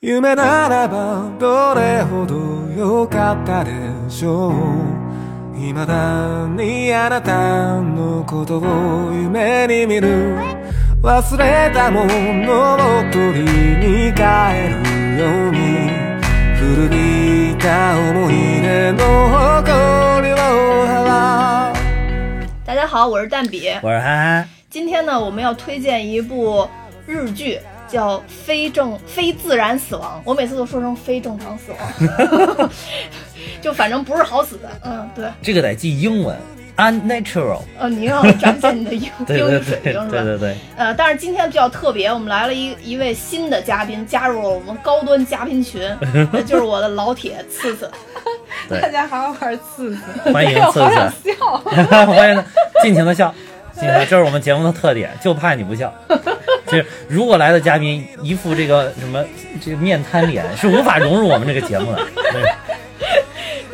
夢ならばどれほど良かったでしょう未だにあなたのことを夢に見る忘れたものを取りに帰るように古びた思い出の誇りを払う大家好，我是蛋比。我是憨憨，今天呢，我们要推荐一部日剧，叫《非正非自然死亡》。我每次都说成非正常死 亡，就反正不是好死的。嗯，对。这个得记英文，unnatural。呃，你要展现你的英 对英对语水对平对是吧？对 对，呃，但是今天比较特别，我们来了一一位新的嘉宾，加入了我们高端嘉宾 群，呃就是我的老铁次次。大家好，我是刺刺，欢迎哎呦刺好想刺，笑。 欢迎尽情的 笑，尽情的，这是我们节目的特点，就怕你不笑。就是如果来的嘉宾一副这个什么这个面瘫脸，是无法融入我们这个节目 的。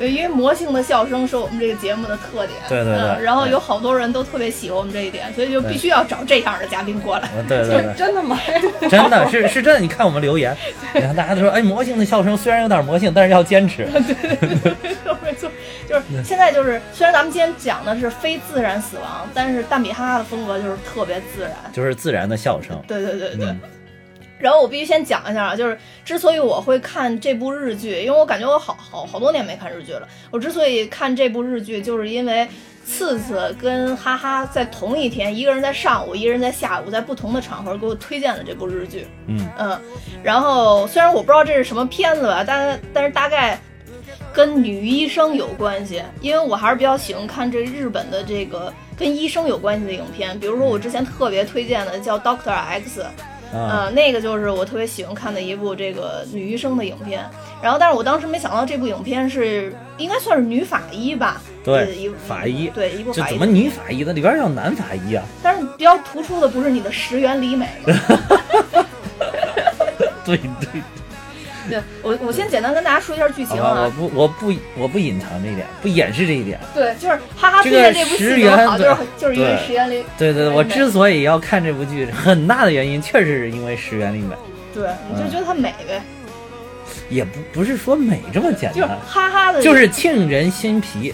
呃因为魔性的笑声是我们这个节目的特点，对对对嗯，然后对有好多人都特别喜欢我们这一点，所以就必须要找这样的嘉宾过来。对对对对。真的吗？ 真的是是真的，你看我们留言，你看大家都说，哎，魔性的笑声虽然有点魔性，但是要坚 持。没 错没错，就是现在就是，虽然咱们今天讲的是非自然死亡，但是蛋比哈哈的风格就是特别自然。就是自然的笑声。对对对对。嗯然后我必须先讲一下啊，就是之所以我会看这部日剧，因为我感觉我好好好多年没看日剧了。我之所以看这部日剧，就是因为次次跟哈哈在同一天，一个人在上午，一个人在下午，在不同的场合给我推荐了这部日剧。嗯嗯，然后虽然我不知道这是什么片子吧，但但是大概跟女医生有关系，因为我还是比较喜欢看这日本的这个跟医生有关系的影片，比如说我之前特别推荐的叫《Doctor X》，嗯啊，呃，那个就是我特别喜欢看的一部这个女医生的影片。然后，但是我当时没想到这部影片是应该算是女法医吧？对呃一部法医对一部这法怎医么。女法医的里边要男法医啊？但是比较突出的不是你的石原里美吗？ 对对对我，我先简单跟大家说一下剧情好吧，啊我。不我不我不隐藏这一点，不掩饰这一点。对，就是哈哈这推个荐这部戏石比较原好，就对是就是因为对石原里对对，对嗯我之所以要看这部剧，很大的原因确实是因为石原里美，对，你就嗯觉得她美呗，也不不是说美这么简就是单，哈哈的，嗯就是沁人心脾。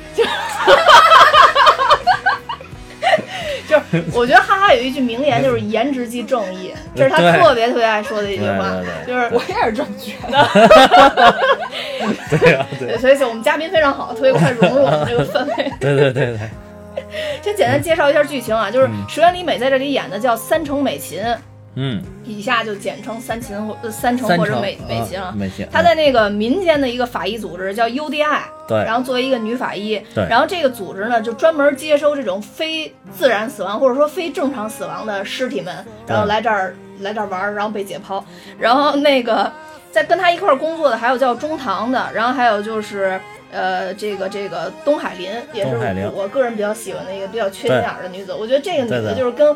就是， 我觉得哈哈有一句名言就是“颜值即正义”，这是他嗯呃对特别特别爱说的一句话对对，对就是我也是这么觉得。对啊，对对，所以所以我们嘉宾非常好，特别快融入我们这个氛 围。对对对对，先简单介绍一下剧情啊，就是石原里美在这里演的叫三城美琴，嗯，以下就简称三琴或呃三城三或者成美美琴啊。美琴，她在那个民间的一个法医组织叫 UDI，对然后作为一个女法医，对然后这个组织呢就专门接收这种非自然死亡或者说非正常死亡的尸体们，然后对来这儿来这儿玩儿，然后被解剖，然后那个在跟他一块儿工作的还有叫中堂的，然后还有就是。呃，这个这个东海林也是东海林我个人比较喜欢的一个比较缺心眼儿的女子，我觉得这个女对的的就是跟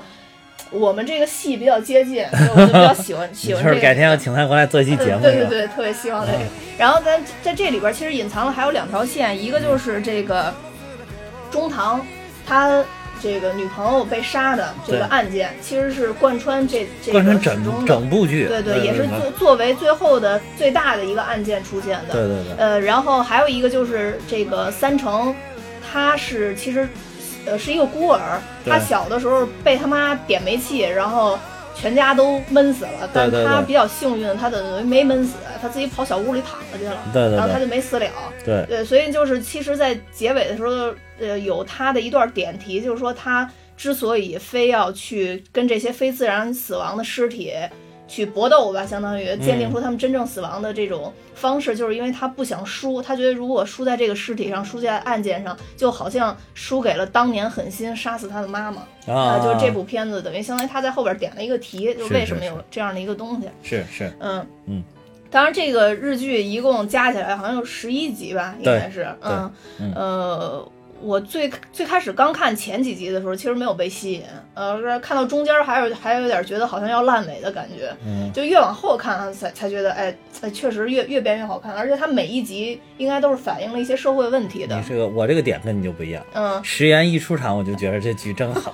我们这个戏比较接近，所以我就比较喜 欢喜就欢这是个。改天要请他过来做一期节目，对对是吧嗯对，特别希望这个。然后咱在这里边其实隐藏了还有两条线，一个就是这个中堂他这个女朋友被杀的这个对案件，其实是贯穿这这个贯穿始终整的整部剧，对对，也是对作作为最后的最大的一个案件出现的。对对对，呃，然后还有一个就是这个三成，他是其实，呃，是一个孤儿，对他小的时候被他妈点煤气，然后全家都闷死了，但对是对他对比较幸运，他等于没闷死，他自己跑小屋里躺下去了，对对然后他对就没死了。对。对，所以就是其实，在结尾的时候，呃，有他的一段点题，就是说他之所以非要去跟这些非自然死亡的尸体去搏斗吧，相当于嗯鉴定出他们真正死亡的这种方式，就是因为他不想输，他觉得如果输在这个尸体上，输在案件上，就好像输给了当年狠心杀死他的妈妈。啊，就是这部片子等于相当于他在后边点了一个题，就是为是什么是有这样的一个东西。是是，嗯，嗯嗯，当然，这个日剧一共加起来好像有十一集吧，应该是，嗯，嗯呃，我最最开始刚看前几集的时候，其实没有被吸引，呃，看到中间还有还有点觉得好像要烂尾的感觉，嗯，就越往后看啊才才觉得，哎，哎确实越越变越好看，而且它每一集应该都是反映了一些社会问题的你，这个我这个点跟你就不一样。嗯，石原一出场，我就觉得这 哎剧真好，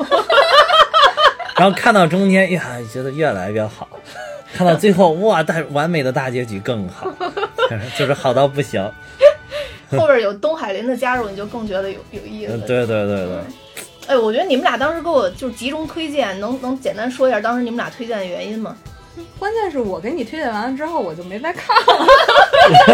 然后看到中间呀，觉得越来越好，看到最后，哇，但完美的大结局更好， 就是好到不行。后边有东海林的加入，你就更觉得有有意思嗯，。对对对对，哎，我觉得你们俩当时给我就是集中推荐，能能简单说一下当时你们俩推荐的原因吗？关键是我给你推荐完了之后，我就没再看 了。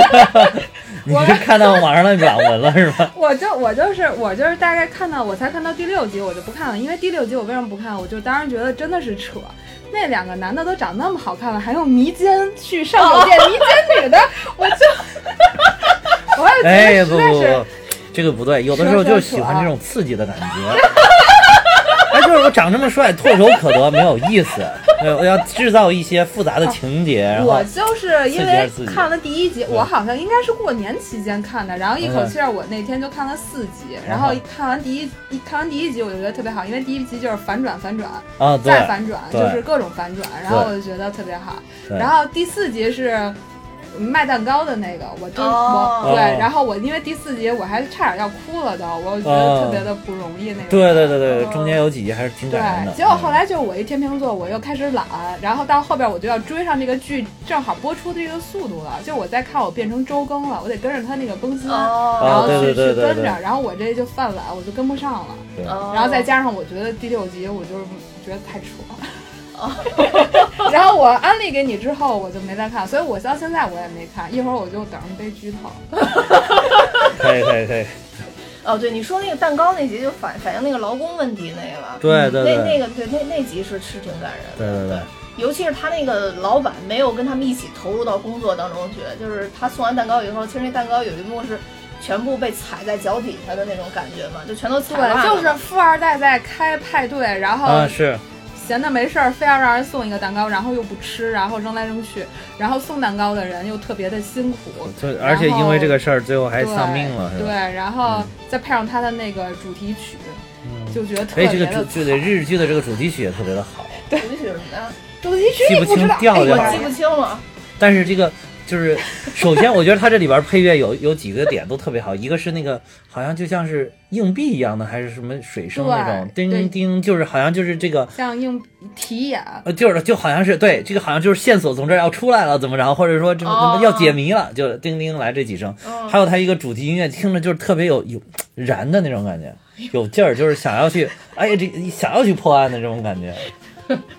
你是看到网上的软文了是吧？我就我就是我就是大概看到我才看到第六集，我就不看了，因为第六集我为什么不看？我就当时觉得真的是扯，那两个男的都长那么好看了，还用迷奸去上酒店迷奸女的，我就我也哎，觉得不实在不是不，这个不对，有的时候就喜啊欢这种刺激的感觉。 哎，就是我长这么帅，唾手可得，没有意思。对，我要制造一些复杂的情节，然后我就是因为刺激看了第一集，嗯我好像应该是过年期间看的，然后一口气儿我那天就看了四集，嗯然后看完第一一看完第一集我就觉得特别好，因为第一集就是反转反转啊，对再反转，对就是各种反转，然后我就觉得特别好。对然后第四集是。卖蛋糕的那个，我就、哦我哦对，然后我因为第四集我还差点要哭了都，我觉得特别的不容易那个。哦对对对对，中间有几集还是挺感人的。嗯哦对，结果后来就是我一天秤座，我又开始懒，然后到后边我就要追上这个剧正好播出的这个速度了，就是我在看我变成周更了，我得跟着他那个更新，然哦后去、对对对对去跟对着，然后我这就犯懒，我就跟不上了，对哦，然后再加上我觉得第六集我就是觉得太扯了。 然后我安利给你之后，我就没再看，所以我到现在我也没看。一会儿我就等着被剧透。可以可以可以，哦，对，你说那个蛋糕那集就反反映那个劳工问题那个吧。对对对那那个对那那集是是挺感人的，对对对，尤其是他那个老板没有跟他们一起投入到工作当中去，就是他送完蛋糕以后，其实那蛋糕有一幕是全部被踩在脚底下的那种感觉嘛，就全都踩烂了对，就是富二代在开派对，然后啊是，闲的没事儿，非要让人送一个蛋糕，然后又不吃，然后扔来扔去，然后送蛋糕的人又特别的辛苦，就而且因为这个事儿，最后还丧命了是对，吧？嗯然后再配上他的那个主题曲，就觉得特哎，别这的个惨。主对对日剧的这个主题曲也特别的好，对，允许什么呀？主题曲记你不知清道，调哎就呦我好记不清了。但是这个就是，首先我觉得它这里边配乐有有几个点都特别好，一个是那个好像就像是硬币一样的，还是什么水声那种对叮叮叮，就是好像就是这个。像硬题眼，呃，就是就好像是对这个，好像就是线索从这儿要出来了，怎么着，或者说这哦么要解谜了，就叮叮来这几声，还有它一个主题音乐，听着就是特别有有燃的那种感觉，哎有劲儿，就是想要去，哎呀，这想要去破案的这 种感觉。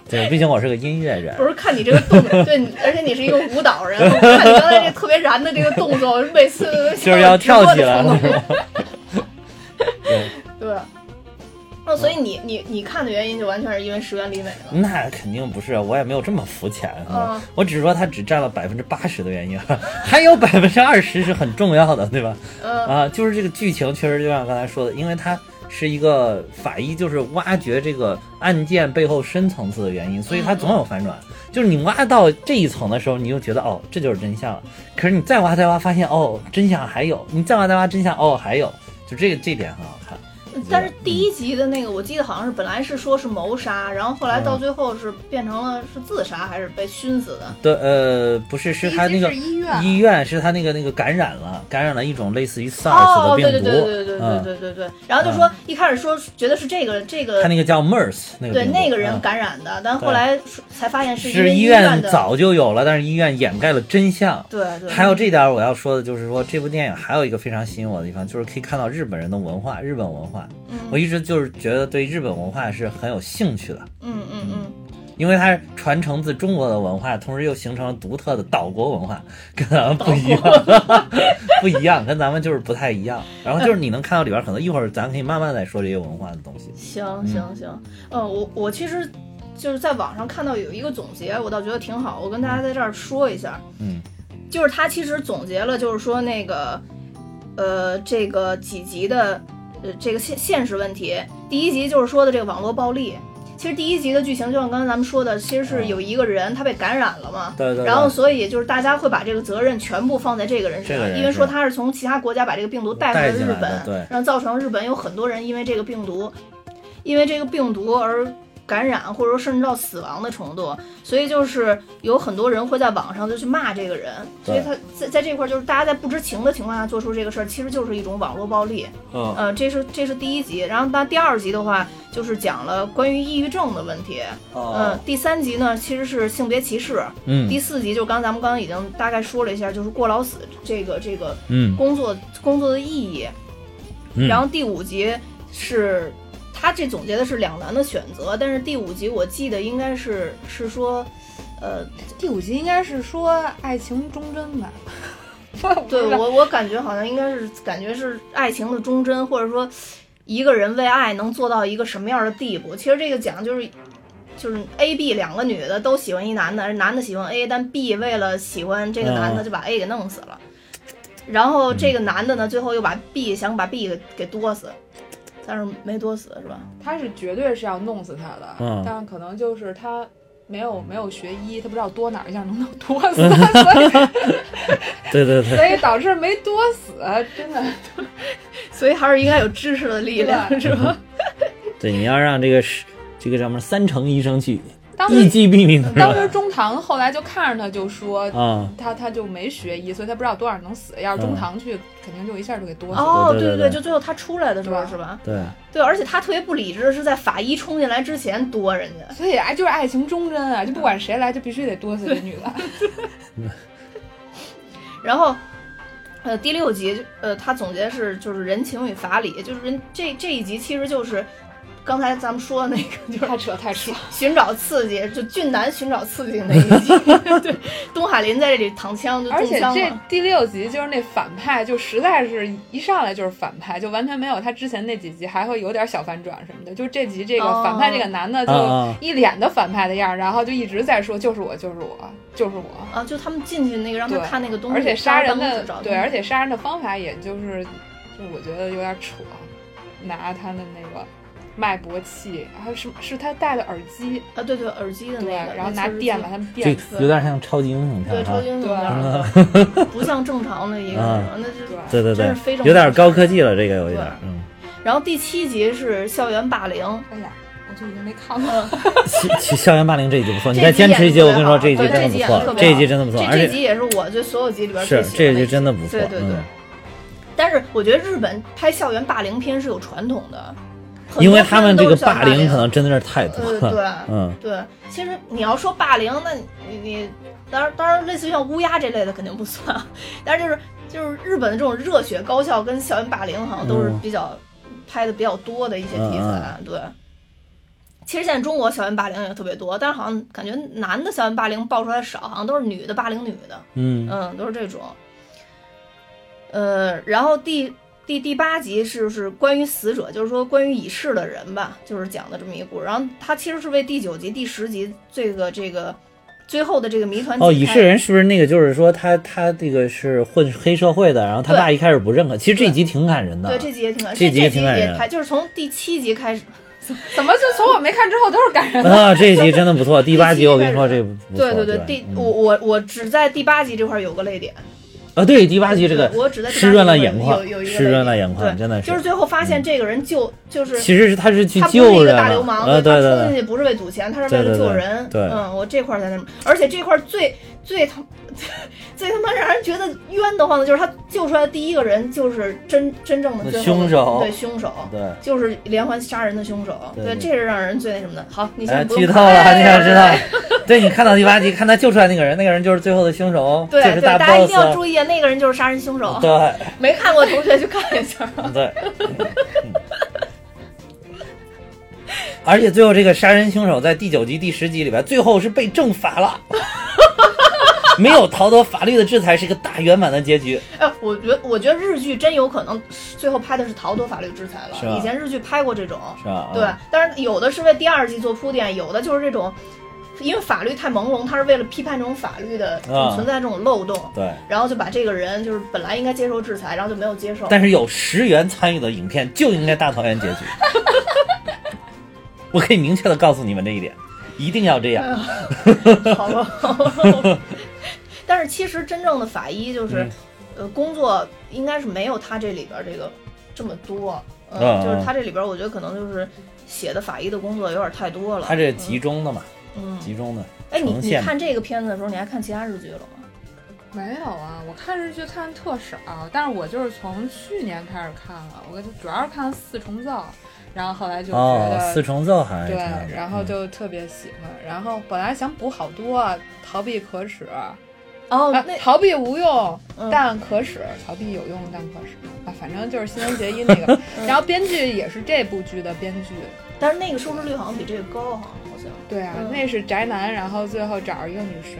对，毕竟我是个音乐人，不是看你这个动作，对，你而且你是一个舞蹈人，我看你刚才这特别燃的这个动作，我每次就是要跳起来了，是对吗？ 对，对。哦，所以你你你看的原因就完全是因为石原里美了。那肯定不是，啊我也没有这么肤浅啊。嗯我只是说它只占了百分之八十的原因，啊还有百分之二十是很重要的，对吧？嗯啊，就是这个剧情确实就像刚才说的，因为它是一个法医，就是挖掘这个案件背后深层次的原因，嗯所以它总有反转。就是你挖到这一层的时候，你就觉得哦，这就是真相了。可是你再挖再挖，发现哦，真相还有；你再挖再挖，真相哦还有。就这个这点很好看。但是第一集的那个，我记得好像是本来是说是谋杀，然后后来到嗯最后是变成了是自杀还是被熏死的？对，呃，不是，是他那个第一集是医院医院是他那个那个感染了，感染了一种类似于 SARS 啊哦，的对病对毒，对对对对嗯对对对。然后就说一开始说觉得是这个这他个那个叫 MERS 那个对病毒那个人嗯感染的，但后来才发现是因是为医院院的。早就有了，但是医院掩盖了真相。对对。还有这点儿我要说的就是说，这部电影还有一个非常吸引我的地方，就是可以看到日本人的文化，日本文化。嗯我一直就是觉得对日本文化是很有兴趣的，嗯嗯嗯。因为它传承自中国的文化，同时又形成了独特的岛国文化， 跟咱们不一样， 不一样，跟咱们就是不太一样。然后就是你能看到里边很多，一会儿咱可以慢慢再说这些文化的东西。行行行，呃，我我其实就是在网上看到有一个总结，我倒觉得挺好，我跟大家在这儿说一下，嗯，就是他其实总结了，就是说那个，呃，这个几集的，呃，这个现现实问题，第一集就是说的这个网络暴力。其实第一集的剧情就像刚才咱们说的，其实是有一个人他被感染了嘛，哦对对对然后所以就是大家会把这个责任全部放在这个人身这个上，人因为是说他是从其他国家把这个病毒带回带了进日来的本，对让造成日本有很多人因为这个病毒，因为这个病毒而感染或者说甚至到死亡的程度，所以就是有很多人会在网上就去骂这个人，所以对他在在这块儿就是大家在不知情的情况下做出这个事儿，其实就是一种网络暴力。嗯呃，这是这是第一集，然后那第二集的话就是讲了关于抑郁症的问题，嗯、哦第三集呢其实是性别歧视，第嗯四集就刚咱们刚刚已经大概说了一下，就是过劳死这个这个嗯工作工作的意义，嗯，然后第五集是他这总结的是两难的选择，但是第五集我记得应该是是说，呃，第五集应该是说爱情忠贞吧？ 我对我我感觉好像应该是感觉是爱情的忠贞，或者说一个人为爱能做到一个什么样的地步。其实这个讲就是。就是 A、B 两个女的都喜欢一男的，男的喜欢 A，但 B 为了喜欢这个男的嗯就把 A 给弄死了，然后这个男的呢，最后又把 B 想把 B 给给剁死，但是没剁死是吧？他是绝对是要弄死他的，嗯但可能就是他没有没有学医，他不知道多哪儿一下能弄多死，所以对对对，所以导致没多死，真的。所以还是应该有知识的力量，是吧？对，你要让这个是这个叫什么三成医生去，当一时击毙命是当时吧？中堂后来就看着他就说。啊，他他就没学医，所以他不知道多少人能死。要是中堂去，肯定就一下就给多死了。哦，对对对对就最后他出来的时候对是吧？对，啊对，而且他特别不理智的是在法医冲进来之前剁人家。所以哎，就是爱情忠贞啊，就不管谁来，就必须得多死这女的。然后，呃，第六集，呃，他总结是就是人情与法理，就是人这这一集其实就是刚才咱们说的那个，就是 太扯 太扯了，寻找刺激，就俊男寻找刺激那一 集。对，东海林在这里躺枪就而中且枪这了。第六集就是那反派，就实在是一上来就是反派，就完全没有他之前那几集还会有点小反转什么的。就这集这哦个反派这个男的啊就一脸的反派的样儿，然后就一直在说就是我就是我就是我，啊，就他们进去那个让他对看那个东西，而且杀人办公的室找东对，西而且杀人的方法也就是，就我觉得有点扯，拿他的那个脉搏器，还有什么是他戴的耳机，啊，对对，耳机的对，那个，然后那拿测试电器把他们这电死。有点像超级英雄片对，啊抽，筋怎对么啊样的， 不像正常的一个嗯什么，那就对对对真对是非，常有点高科技了，这个有一点对，嗯，然后第七集是校园霸凌，哎呀，我就已经没看过。其其校园霸凌这一集不错，你这再一集坚持一集，演得我跟你说这一集特别真的不好对错，这这一一集集演真的不这错，而这且集也是我对所有集里边最是喜欢这一的集一集。真的不错，对对对嗯，但是我觉得日本拍校园霸凌片是有传统的，很多因为他们这个片都是校园霸凌可能真的是太多呃了， 对嗯，对，其实你要说霸凌，那你你当然当然类似于像乌鸦这类的肯定不算，但是就是就是日本的这种热血高校跟校园霸凌好像都是嗯比较、拍的比较多的一些题材，对。其实现在中国校园霸凌也特别多，但是好像感觉男的校园霸凌爆出来少，好像都是女的霸凌女的，嗯嗯，都是这种。呃，然后第第第八集是是关于死者，就是说关于已逝的人吧，就是讲的这么一故事。然后他其实是为第九集、第十集这个这个最后的这个谜团哦，解已开逝人是不是那个？就是说他他这个是混黑社会的，然后他对爸一开始不认可。其实这集挺感人的，对这集也挺感人，这集也这挺感人也拍，就是从第七集开始， 怎么就从我没看之后都 是感人？啊，这一集真的不错。第八集我跟你说这不错，对对对对，吧第嗯我我我只在第八集这块有个泪点，啊，对第八集这个对我只在第八集湿润了有眼眶有有一，个湿润了泪点眼眶，对真的嗯就是最后发现这个人救就是其实是他是去他不是救一个人大了流氓，啊，他对冲进对去不是为赌钱，他是为了对对救对人。对嗯，我这块儿才那什么，而且这块儿最最他最他妈让人觉得冤得慌的就是他救出来的第一个人就是真真正的最后凶手对凶手，对就是连环杀人的凶手，对对这是让人最那什么的。好，你对，哎，先不剧用透看了， 哎你想知道？对你看到第八集，看他救出来那个人，那个人就是最后的凶手，对就对，是大家一 boss 啊定。要注意，啊那个人就是杀人凶手。对没看过同学去看一下。 对。而且最后这个杀人凶手在第九集、第十集里边，最后是被正 法了，没有逃脱法律的制裁，是一个大圆满的结局。哎，我觉得我觉得日剧真有可能最后拍的是逃脱法律制裁是吧了。以前日剧拍过这种，是啊吧？对，但是有的是为第二季做铺垫，有的就是这种，因为法律太朦胧，它是为了批判这种法律的这种啊存在这种漏洞，对。然后就把这个人就是本来应该接受制裁，然后就没有接受。但是有十元参与的影片就应该大团圆结局。我可以明确的告诉你们这一点，一定要这嗯样。好吧。 但是其实真正的法医就是，嗯呃，工作应该是没有他这里边儿这个这么多，嗯，嗯就是嗯他这里边儿我觉得可能就是写的法医的工作有点太多了。它这是集中的嘛，嗯，嗯集中的。哎，你呈你现看这个片子的时候，你还看其他日剧了吗？没有啊，我看日剧看的特少，但是我就是从去年开始看了，我主要是看了四重奏，然后后来就觉哦，得、四重奏好像也对挺好看，的嗯然后就特别喜欢，然后本来想补好多啊，逃避可耻，哦，啊那逃避无用嗯但可使，逃避有用但可使啊，反正就是新垣结衣那 个。然后编剧也是这部剧的编剧，但是那个收视率好像比这个高哈，好像。对啊，嗯那是宅男，然后最后找一个女神，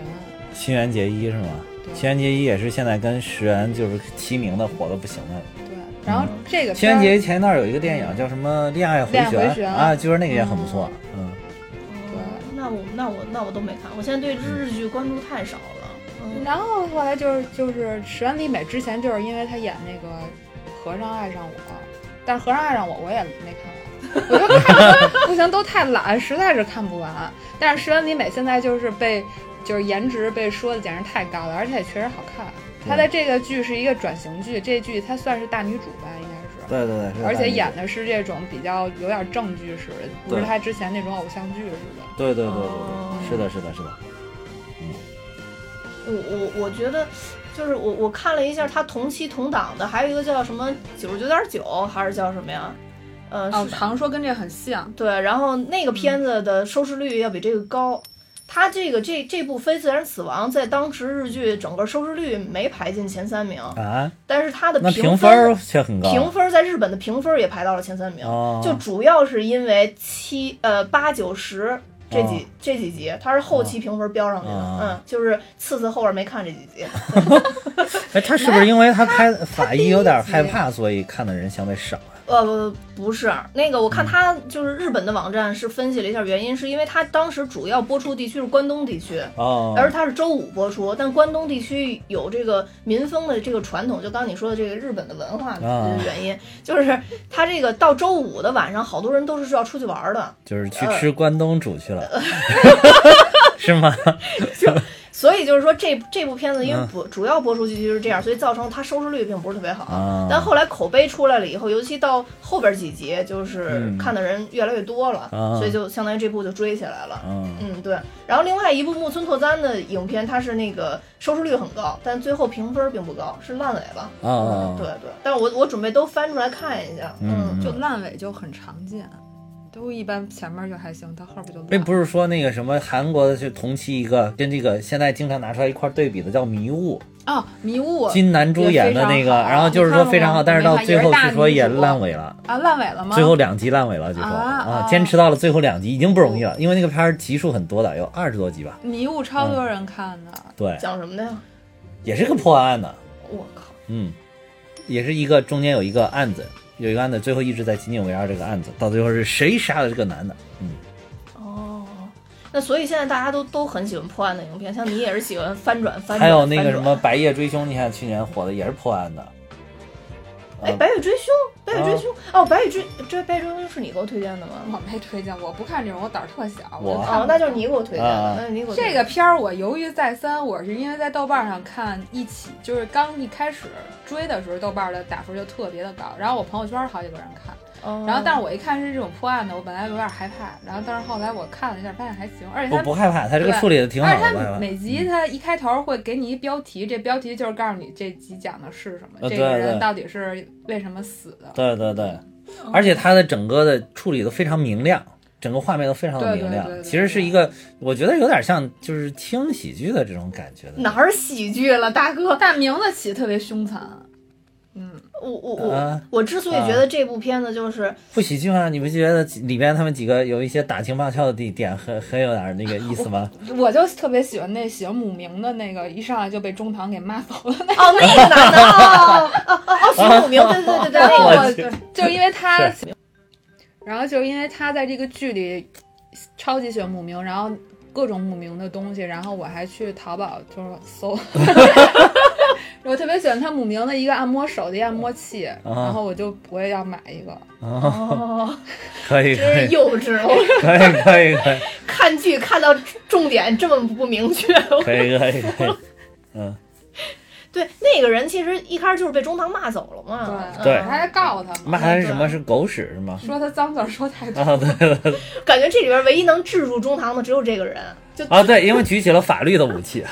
新垣结衣是吗？对新垣结衣也是现在跟石原就是齐名的，火的不行的。对。然后这个嗯新片垣儿结衣前一段有一个电影叫什么《恋爱回恋爱旋回》旋啊，就是那个也很不错。嗯，哦那我那我那我都没看，我现在对日剧关注太少了。嗯，然后后来就是就是石原里美之前就是因为她演那个和尚爱上我，但是和尚爱上我我也没看完。我就看的都不行，都太懒，实在是看不完。但是石原里美现在就是被，就是颜值被说的简直太高了，而且也确实好看。她在这个剧是一个转型剧，这剧她算是大女主吧，应该是，对对对，是而大且女主演的是这种比较有点正剧式的，不是对她之前那种偶像剧似的。对对对对哦对，是的，是的，是的。我我我觉得，就是我我看了一下他同期同档的，还有一个叫什么九十九点九，还是叫什么呀？呃，哦，是常说跟这很像，对，然后那个片子的收视率要比这个高。他这个这这部《非自然死亡》在当时日剧整个收视率没排进前三名，嗯啊，但是它的那评评分分却很高。评分在日本的评分也排到了前三名，哦就主要是因为七呃八九十这几、哦这几集，它是后期评分标上去的，哦嗯，就是次次后边没看这几集，哎，他是不是因为他拍法医有点害怕，所以看的人相对少啊？呃，不是那个，我看他就是日本的网站是分析了一下原因，是因为他当时主要播出地区是关东地区。哦，而它是周五播出，但关东地区有这个民风的这个传统，就刚刚你说的这个日本的文化啊原因，就是它这个到周五的晚上，好多人都是要出去玩儿的，就是去呃吃关东煮去 了，是吗？所以就是说这这部片子嗯因为不、主要播出地区是这样，所以造成它收视率并不是特别好。啊但后来口碑出来了以后，尤其到后边几集，就是嗯看的人越来越多了，啊所以就相当于这部就追起来了。嗯，嗯，对。然后另外一部木村拓哉的影片，它是那个收视率很高，但最后评分并不高，是烂尾了。哦哦嗯，对对。但是我我准备都翻出来看一下。嗯，嗯就烂尾就很常见，都一般前面就还行，到后边就烂。哎并不是说那个什么韩国的是同期一个跟这个现在经常拿出来一块儿对比的叫《迷雾哦，迷雾》，金南珠演的那个，也非常好然后就是说非常好，你看但了是吗到最后据说也烂尾了。啊，烂尾了吗？最后两集烂尾了，据说啊啊啊，哦坚持到了最后两集已经不容易了，因为那个片儿集数很多的，有二十多集吧。迷雾超多人看的，对，讲什么的呀？也是个破案的，我靠！嗯，也是一个中间有一个案子，有一个案子，最后一直在紧紧围绕这个案子，到最后是谁杀了这个男的？嗯，哦。那所以现在大家都都很喜欢破案的影片，像你也是喜欢翻转翻转，还有那翻个转什么《白夜追凶》，你看去年火的也是破案的，哎，嗯白夜追凶，白夜追凶，哦，白夜追这白夜追凶是你给我推荐的吗？我嗯没推荐，我不看这种，我胆儿特小。我就看哦，那就是你给我推荐的啊，那是你给我推这荐个的片儿，我犹豫再三，我是因为在豆瓣上看一起，就是刚一开始追的时候，豆瓣的打分就特别的高，然后我朋友圈好几个人看，哦然后但是我一看是这种破案的，我本来有点害怕，然后但是后来我看了一下，发现还行，而且不它不害怕，他这个对处理的嗯挺好而且的。它不害每集它一开头会给你一标题，这标题就是告诉你这集讲的是什么，呃这对个人对到底是为什么死的怕。对对对，哦而且他的整个的处理都非常明亮。整个画面都非常的对明对亮对对，对其实是一个，我觉得有点像就是轻喜剧的这种感觉的。哪儿喜剧了，大哥？但名字起得特别凶残，我我我啊我之所以觉得这部片子就是哦嗯不喜剧吗？你不觉得里边他们几个有一些打情骂俏的地点很很有点那个意思吗？我就特别喜欢那写母名的那个，一上来就被中堂给骂走的那个。哦，那个男的，哦哦哦哦，徐武明，对对对对然后 对，我去 就因为他是，然后就因为他在这个剧里超级喜欢母名，然后各种母名的东西，然后我还去淘宝就是 搜。 我特别喜欢他母名的一个按摩手的一个按摩器，啊然后我就不会要买一个。哦，可以可真是以幼稚！我可以可以可以看剧看到重点这么不明确，我可以可以可以，嗯，对，那那个人其实一开始就是被中堂骂走了嘛，对对嗯他还告他，骂他是什么？是狗屎是吗？ 说他脏字儿说太 多。啊，对对感觉这里边唯一能制住中堂的只有这个人，就啊，对，因为举起了法律的武器。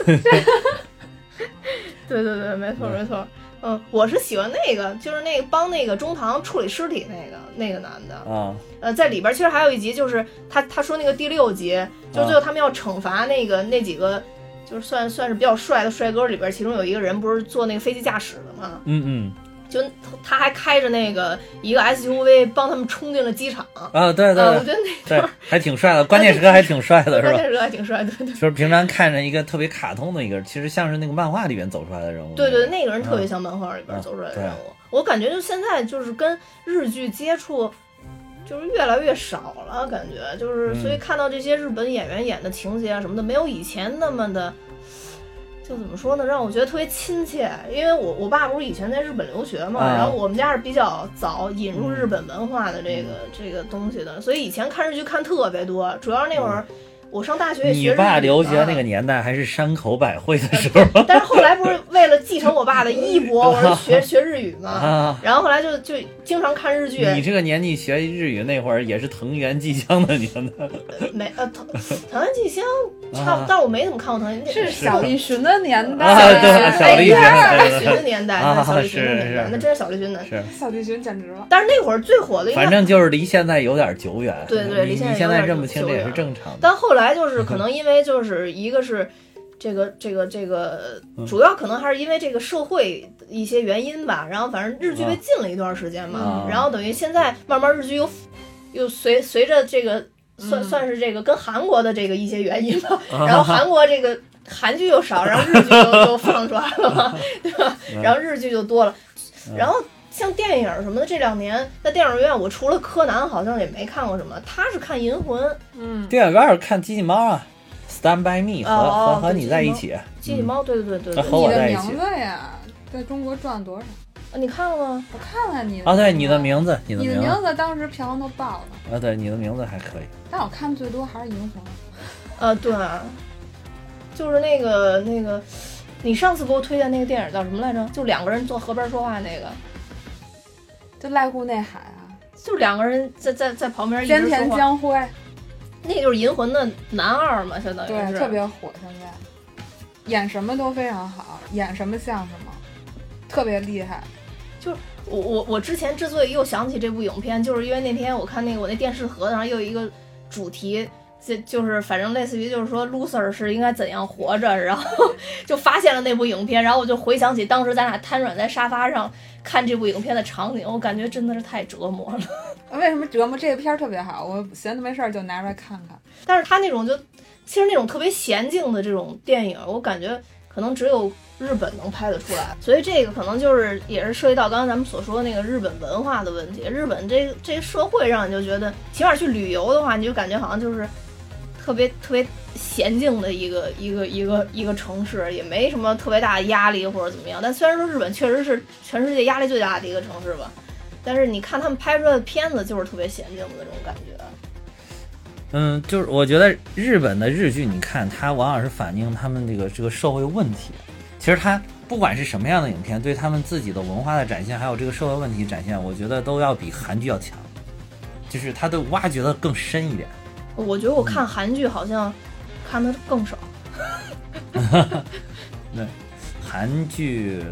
对对对，没错嗯没错。嗯，我是喜欢那个，就是那个帮那个中堂处理尸体那个那个男的。啊呃，在里边其实还有一集，就是他他说那个第六哦集，就最后他们要惩罚那个那几个，就是算算是比较帅的帅哥里边，其中有一个人不是做那个飞机驾驶的嘛，嗯就他还开着那个一个 SUV 帮他们冲进了机场。啊，嗯啊，对我觉对得对，还挺帅的，关键时刻还挺帅那的，是关键时吧？刻还挺帅，对对就是平常看着一个特别卡通的一个，其实像是那个漫画里面走出来的人物。对对，那那个人特别像漫画里边嗯走出来的对人物。我感觉就现在就是跟日剧接触就是越来越少了，感觉就是嗯所以看到这些日本演员演的情节啊什么的，没有以前那么的。就怎么说呢，让我觉得特别亲切，因为我我爸不是以前在日本留学嘛，啊嗯然后我们家是比较早引入日本文化的这个、这个东西的，所以以前看日剧看特别多，主要是那会儿、我上大学也学嗯你日语啊爸留学嘛那个年代还是山口百惠的时候但是后来不是为了继承我爸的衣钵，我是 学学日语嘛，啊。然后后来就就经常看日剧，你这个年纪学日语那会儿也是藤原纪香的年代，没呃藤藤原纪香差不啊，但我没怎么看过藤原纪是香。小栗旬的年代，啊对哎小栗旬哎小对栗对对旬的年代，那啊小栗旬的是年代是，那真是小栗旬的。是，小栗旬简直了。但是那会儿最火的应该反正就是离现在有点久远。对对你离现在你有现在点认不清久这也远是正常的。但后来就是可 能因为就是一个是这个这个这个，嗯主要可能还是因为这个社会一些原因吧。然后反正日剧被禁了一段时间嘛啊，然后等于现在慢慢日剧又又随随着这个算嗯算是这个跟韩国的这个一些原因 吧，然后韩国这个。韩剧又少，然后日剧又又放出来了 嘛，对吧？嗯然后日剧就多了，然后像电影什么的，这两年在电影院，我除了柯南好像也没看过什么。他是看《银魂》，嗯，电影院看《机器猫》啊，《Stand by Me 和》哦和哦和对你在一起，机器猫，对对对对对啊，和你我的在一名起字呀，在中国赚了多少？啊你看了吗？我看看你啊，对，你的名名字，你字，的嗯你名的字名字当时票房都爆了，啊，对，你的名字还可以。但我看最多还是银魂。呃，对啊，就是那个那个，你上次给我推荐那个电影叫什么来着？就两个人坐河边说话那个，就濑户内海啊，就两个人在在在旁边一菅直说田话，将晖，那个就是《银魂》的男二嘛，相当于对，呃是特别火，现在演什么都非常好，演什么像什么，特别厉害。我我我之前之所以又想起这部影片，就是因为那天我看那个我那电视盒上又有一个主题，就就是反正类似于就是说 loser 是应该怎样活着，然后 就发现了那部影片，然后我就回想起当时咱俩瘫软在沙发上看这部影片的场景，我感觉真的是太折磨了。为什么折磨这个片儿特别好？我闲着没事儿就拿出来看看。但是他那种就其实那种特别娴静的这种电影，我感觉可能只有日本能拍得出来，所以这个可能就是也是涉及到刚刚咱们所说的那个日本文化的问题。日本这个这个社会让你就觉得，起码去旅游的话，你就感觉好像就是特别特别娴静的一个一个一个一个城市，也没什么特别大的压力或者怎么样。但虽然说日本确实是全世界压力最大的一个城市吧。但是你看他们拍出来的片子，就是特别娴静的这种感觉。嗯，就是我觉得日本的日剧，你看它往往是反映他们这个这个社会问题。其实它不管是什么样的影片，对他们自己的文化的展现，还有这个社会问题展现，我觉得都要比韩剧要强，就是它的挖掘的更深一点。我觉得我看韩剧好像看的更少，韩剧，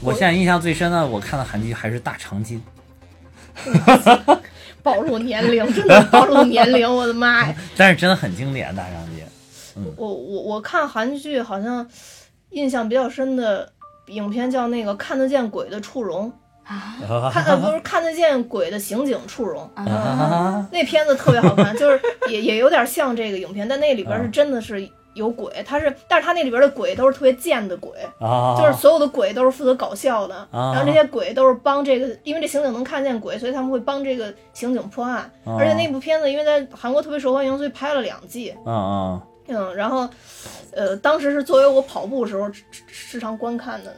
我现在印象最深的，我看的韩剧还是《大长今》。暴露年龄，真的暴露年龄，我的妈呀！但是真的很经典，《大长今》我我我看韩剧好像印象比较深的影片叫那个《看得见鬼的祝融啊》， 嗯看呃不是《看得见鬼的刑警祝融》。啊！那片子特别好看，就是也也有点像这个影片，但那里边是真的是有鬼，它是，但是它那里边的鬼都是特别贱的鬼，啊，就是所有的鬼都是负责搞笑的，啊然后这些鬼都是帮这个，因为这刑警能看见鬼，所以他们会帮这个刑警破案。啊而且那部片子因为在韩国特别受欢迎，所以拍了两季。啊啊，嗯，然后，呃，当时是作为我跑步时候时时常观看的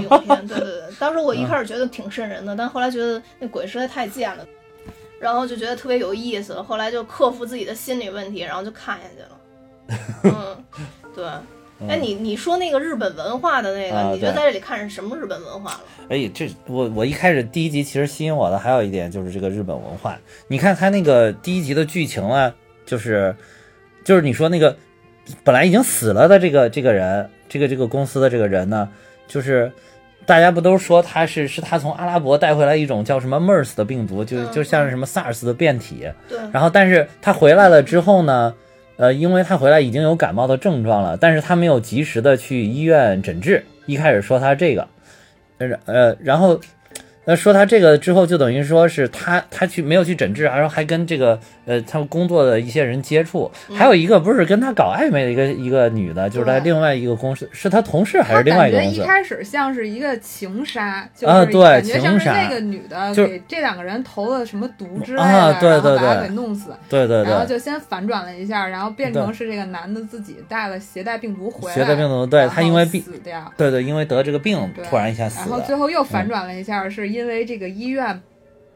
影片，对对对。当时我一开始觉得挺瘆人的，但后来觉得那鬼实在太贱了，然后就觉得特别有意思，后来就克服自己的心理问题，然后就看下去了。嗯，对。哎，你你说那个日本文化的那啊个，你觉得对在这里看是什么日本文化了？哎，这我我一开始第一集其实吸引我的还有一点就是这个日本文化。你看他那个第一集的剧情啊，就是就是你说那个本来已经死了的这个这个人，这个这个公司的这个人呢，就是大家不都说他是是他从阿拉伯带回来一种叫什么 MERS 的病毒，就嗯就像是什么 SARS 的变体。对，然后，但是他回来了之后呢，呃，因为他回来已经有感冒的症状了，但是他没有及时的去医院诊治。一开始说他这个，呃呃，然后那说他这个之后，就等于说是他他去没有去诊治，然后还跟这个呃他们工作的一些人接触，嗯还有一个不是跟他搞暧昧的一个一个女的，就是在对另外一个公司，是他同事还嗯他是另外感一个觉公一司？开始像是一个情杀，就是啊对感觉像情是杀那个女的就是给这两个人投了什么毒之类的，啊对对然后把他对给弄死，对对然后对，就先反转了一下，然后变对成是这个男的自己带了携带病毒回来，携带病毒，对然后他因为病，死掉，对对，因为得这个病对突然一下然死后了。最后又反转了一下，是因为这个医院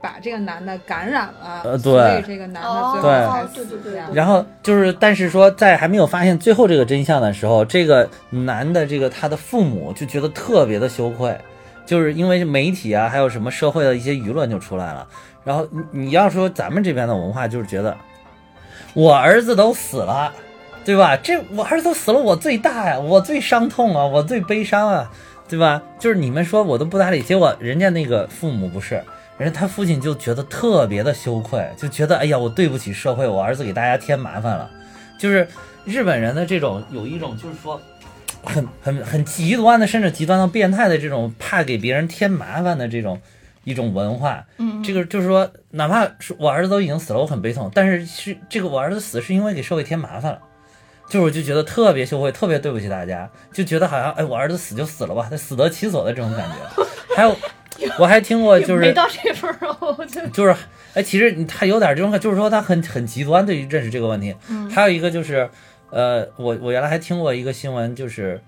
把这个男的感染了，呃对所以这个男的最后对才哦对对对死对掉。然后就是，但是说在还没有发现最后这个真相的时候，这个嗯男的这个他的父母就觉得特别的羞愧，就是因为媒体啊，还有什么社会的一些舆论就出来了。然后你你要说咱们这边的文化，就是觉得我儿子都死了，对吧？这我儿子都死了，我最大呀，我最伤痛啊，我最悲伤啊，对吧？就是你们说我都不搭理，结果人家那个父母不是，人家他父亲就觉得特别的羞愧，就觉得哎呀，我对不起社会，我儿子给大家添麻烦了。就是日本人的这种有一种就是说。很很很极端的，甚至极端到变态的这种怕给别人添麻烦的这种一种文化，嗯，这个就是说，哪怕是我儿子都已经死了，我很悲痛，但是是这个我儿子死是因为给社会添麻烦了，就是我就觉得特别羞愧，特别对不起大家，就觉得好像哎，我儿子死就死了吧，他死得其所的这种感觉。还有，我还听过就没是到这份儿，哦我觉得就是哎，其实你他有点这种感，就是说他很很极端对于认识这个问题。嗯还有一个就是，呃，我我原来还听过一个新闻，就是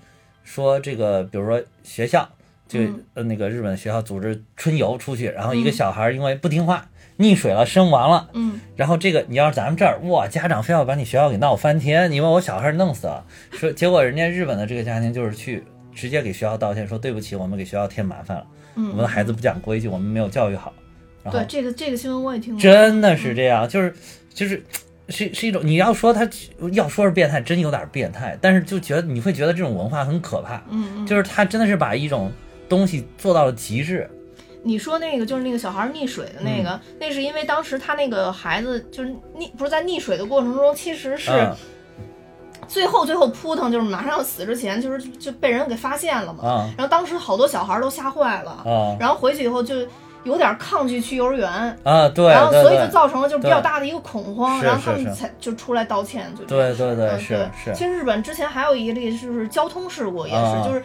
说这个，比如说学校，就、嗯呃那个日本学校组织春游出去，然后一个小孩因为不听话溺水了，身亡了。嗯，然后这个你要是咱们这儿，哇，家长非要把你学校给闹翻天，你把我小孩弄死了，说结果人家日本的这个家庭就是去直接给学校道歉，说对不起，我们给学校添麻烦了，嗯我们的孩子不讲规矩，我们没有教育好。然后对这个这个新闻我也听过，真的是这样，就是就是是是一种你要说他要说是变态，真有点变态，但是就觉得你会觉得这种文化很可怕，嗯嗯，就是他真的是把一种东西做到了极致，你说那个就是那个小孩溺水的那个，嗯那是因为当时他那个孩子就是溺，不是在溺水的过程中，其实是嗯最后最后扑腾，就是马上要死之前，就是就被人给发现了嘛。啊然后当时好多小孩都吓坏了，啊然后回去以后就有点抗拒去幼儿园，啊，对然后对所以就对。造成了就是比较对大的一个恐慌，是然后他是们是才就出来道歉，就这样对对对，嗯是是，其实日本之前还有一例就是交通事故，也啊是就是。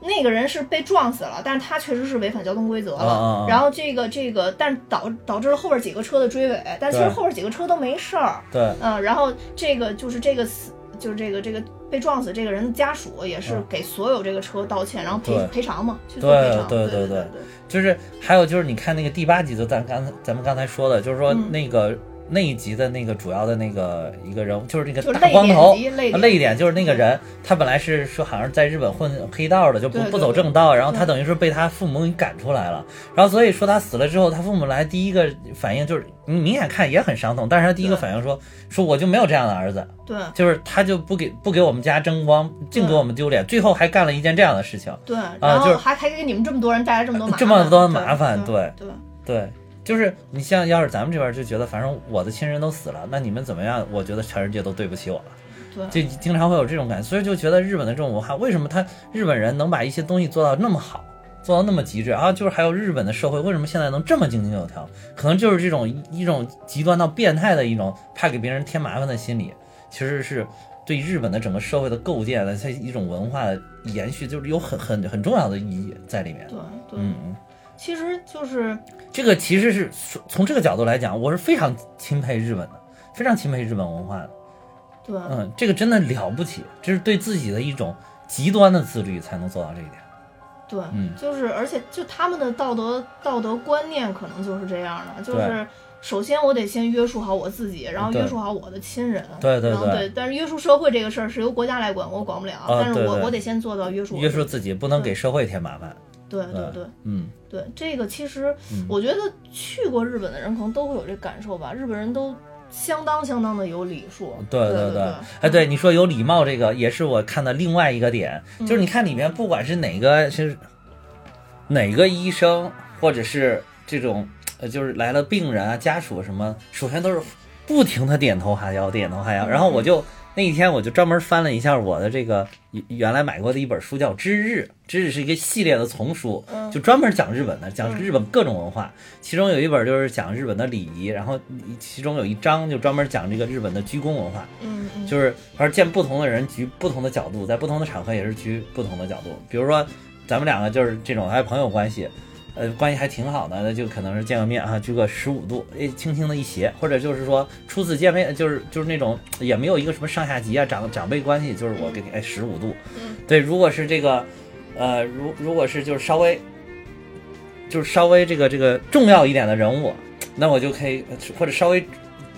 那个人是被撞死了，但是他确实是违反交通规则了。啊啊啊然后这个这个，但是导导致了后边几个车的追尾，但其实对后边几个车都没事儿。对，嗯，然后这个就是这个死，就是这个这个被撞死这个人的家属也是嗯给所有这个车道歉，然后赔对赔偿嘛，去做赔偿。对对对对对就是还有就是，你看那个第八集，就咱刚才咱们刚才说的，就是说嗯那个、那一集的那个主要的那个一个人物，就是那就个是大光头泪点集泪，点泪点就是啊那个人，他本来是说好像是在日本混黑道的，就不对对不走正道，然后他等于说被他父母给赶出来了，然后所以说他死了之后，他父母来第一个反应就是，你明显看也很伤痛，但是他第一个对反应说说我就没有这样的儿子，对就是他就不给不给我们家争光，净给我们丢脸，最后还干了一件这样的事情，对，然啊就后是还还给你们这么多人带来这么多麻烦，这么多麻烦对对对，就是你像要是咱们这边就觉得，反正我的亲人都死了，那你们怎么样？我觉得全世界都对不起我了，对就经常会有这种感觉，所以就觉得日本的这种文化，为什么他日本人能把一些东西做到那么好，做到那么极致啊？就是还有日本的社会为什么现在能这么井井有条，可能就是这种一种极端到变态的一种怕给别人添麻烦的心理，其实是。对日本的整个社会的构建的，它一种文化的延续，就是有很很很重要的意义在里面对。对，嗯嗯。其实就是这个其实是从从这个角度来讲，我是非常钦佩日本的，非常钦佩日本文化的。对，嗯，这个真的了不起，这是对自己的一种极端的自律才能做到这一点。对，嗯就是而且就他们的道德道德观念可能就是这样的，就对是首先我得先约束好我自己，然后对约束好我的亲人，对对然后对对，但是约束社会这个事儿是由国家来管，我管不了，啊但是对我对我得先做到约束我约自束己自己，不能给社会添麻烦。对对对。嗯，对，这个其实嗯我觉得去过日本的人可能都会有这感受吧，日本人都相当相当的有礼数。对对对对，哎，对你说有礼貌这个，也是我看的另外一个点，就是你看里面不管是哪个是哪个医生，或者是这种呃，就是来了病人啊、家属什么，首先都是不停的点头哈腰，点头哈腰。然后我就那一天我就专门翻了一下我的这个原原来买过的一本书，叫《知日》，《知日》是一个系列的丛书，嗯就专门讲日本的，讲日本各种文化。其中有一本就是讲日本的礼仪，然后其中有一章就专门讲这个日本的鞠躬文化。嗯嗯，就是反正见不同的人举不同的角度，在不同的场合也是举不同的角度。比如说，咱们两个就是这种还朋友关系，呃，关系还挺好的，那就可能是见个面啊，鞠个十五度，哎，轻轻的一斜，或者就是说初次见面，就是就是那种呃也没有一个什么上下级啊，长长辈关系，就是我给你哎十五度，嗯对，如果是这个，呃，如如果是就是稍微就是稍微这个这个重要一点的人物，那我就可以呃或者稍微。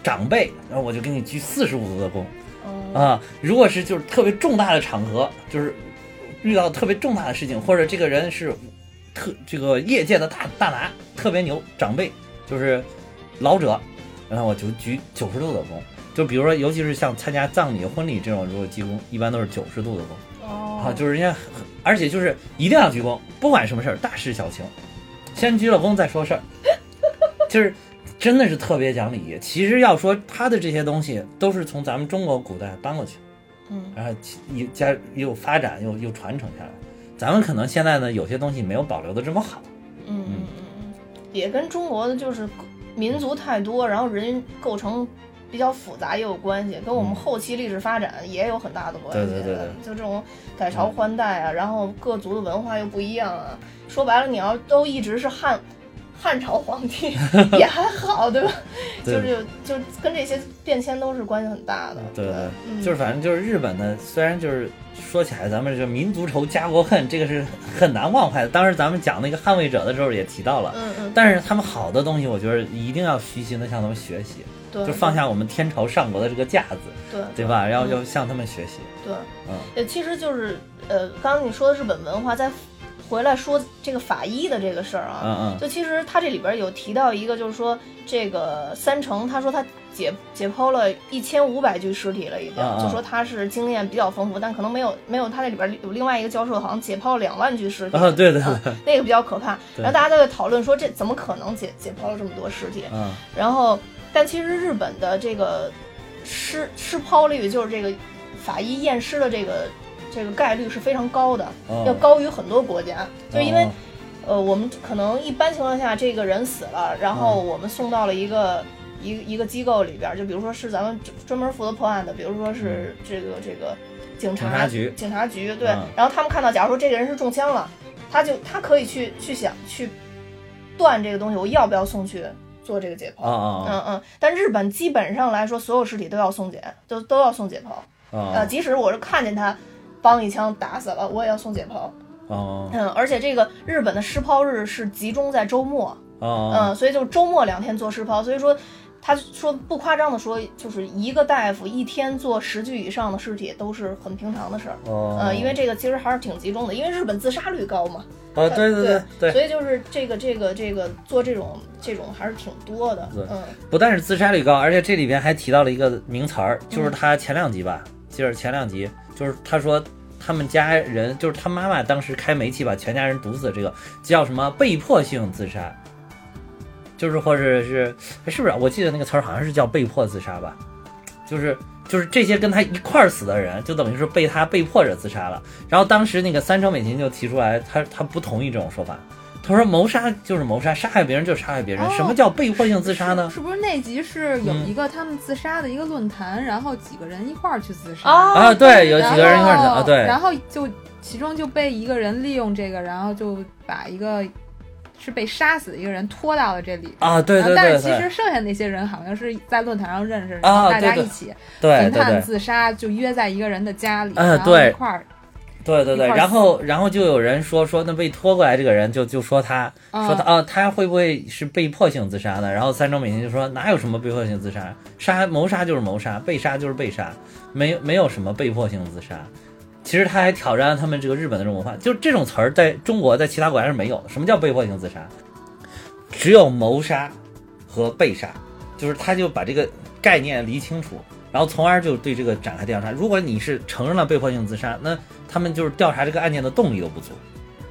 长辈，然后我就给你鞠四十五度的躬，嗯啊，如果是就是特别重大的场合，就是遇到特别重大的事情，或者这个人是特这个业界的大大拿，特别牛，长辈就是老者，然后我就鞠九十度的躬。就比如说，尤其是像参加葬礼、婚礼这种，如果鞠躬，一般都是九十度的躬哦，啊，就是人家很，而且就是一定要鞠躬，不管什么事儿，大事小情，先鞠了躬再说事儿，就是真的是特别讲礼仪。其实要说他的这些东西，都是从咱们中国古代搬过去的。嗯然后其又加又发展又又传承下来。咱们可能现在呢，有些东西没有保留的这么好，嗯嗯嗯嗯，也跟中国的就是民族太多，然后人构成比较复杂也有关系，跟我们嗯后期历史发展也有很大的关系。对对对对就这种改朝换代啊，然后各族的文化又不一样啊。说白了，你要都一直是汉 汉朝皇帝也还好，对吧？对就是就跟这些变迁都是关系很大的。对对，嗯、就是反正就是日本呢，虽然就是说起来咱们这民族仇家国恨，这个是很难忘怀的。当时咱们讲那个捍卫者的时候也提到了，嗯嗯，但是他们好的东西，我觉得一定要虚心的向他们学习，对，就放下我们天朝上国的这个架子，对对吧？要嗯要向他们学习，对，嗯呃，其实就是呃，刚刚你说的日本文化，再回来说这个法医的这个事儿啊，嗯嗯，就其实他这里边有提到一个，就是说这个三成，他说他解解剖了一千五百具尸体了，已经，啊啊就说他是经验比较丰富，但可能没有没有他那里边有另外一个教授好像解剖了两万具尸体，啊 对对啊那个比较可怕。对然后大家都在讨论说这怎么可能解解剖了这么多尸体？嗯然后，但其实日本的这个尸尸抛率，就是这个法医验尸的这个这个概率是非常高的，哦要高于很多国家，就因为。哦呃，我们可能一般情况下，这个人死了，然后嗯我们送到了一个、一一个机构里边儿，就比如说是咱们专专门负责破案的，比如说是这个这个警察嗯警察局警察局对、嗯然后他们看到，假如说这个人是中枪了，他就他可以去去想去断这个东西，我要不要送去做这个解剖？哦哦嗯嗯，但日本基本上来说，所有尸体都要送检，都都要送解剖。呃，哦即使我是看见他，帮一枪打死了，我也要送解剖。哦嗯，而且这个日本的尸抛日是集中在周末，哦嗯，所以就周末两天做尸抛，所以说。他说不夸张的说，就是一个大夫一天做十具以上的尸体都是很平常的事儿，哦，呃，因为这个其实还是挺集中的，因为日本自杀率高嘛，哦对对对对，所以就是这个这个这个做这种这种还是挺多的，对嗯，不但是自杀率高，而且这里边还提到了一个名词儿，就是他前两集吧，就是前两集，就是他说他们家人，就是他妈妈当时开煤气把全家人毒死，这个叫什么被迫性自杀，就是或者是哎是不是啊？我记得那个词儿好像是叫被迫自杀吧，就是。就是这些跟他一块儿死的人，就等于是被他被迫着自杀了。然后当时那个三城美琴就提出来，他他不同意这种说法，他说谋杀就是谋杀，杀害别人就是杀害别人，哦什么叫被迫性自杀呢？是不是那集是有嗯一个他们自杀的一个论坛，然后几个人一块儿去自杀？哦啊，对，有然几后个人一块儿去啊，对，嗯然后就其中就被一个人利用这个，然后就把一个是被杀死的一个人拖到了这里。啊，对对然后但对是其对实剩下那些人好像是在论坛上认识，啊然后大对家对一起对评对判对，自杀，就约在一个人的家里，嗯然后对一块儿对对对，一块儿然后然后就有人说说那被拖过来这个人就就说他啊说他啊他会不会是被迫性自杀的？然后三周美琴就说哪有什么被迫性自杀，杀谋杀就是谋杀，被杀就是被杀，没没有什么被迫性自杀。其实他还挑战了他们这个日本的这种文化，就这种词儿在中国在其他国家是没有的。什么叫被迫性自杀？只有谋杀和被杀，就是他就把这个概念理清楚，然后从而就对这个展开调查。如果你是承认了被迫性自杀，那他们就是调查这个案件的动力都不足。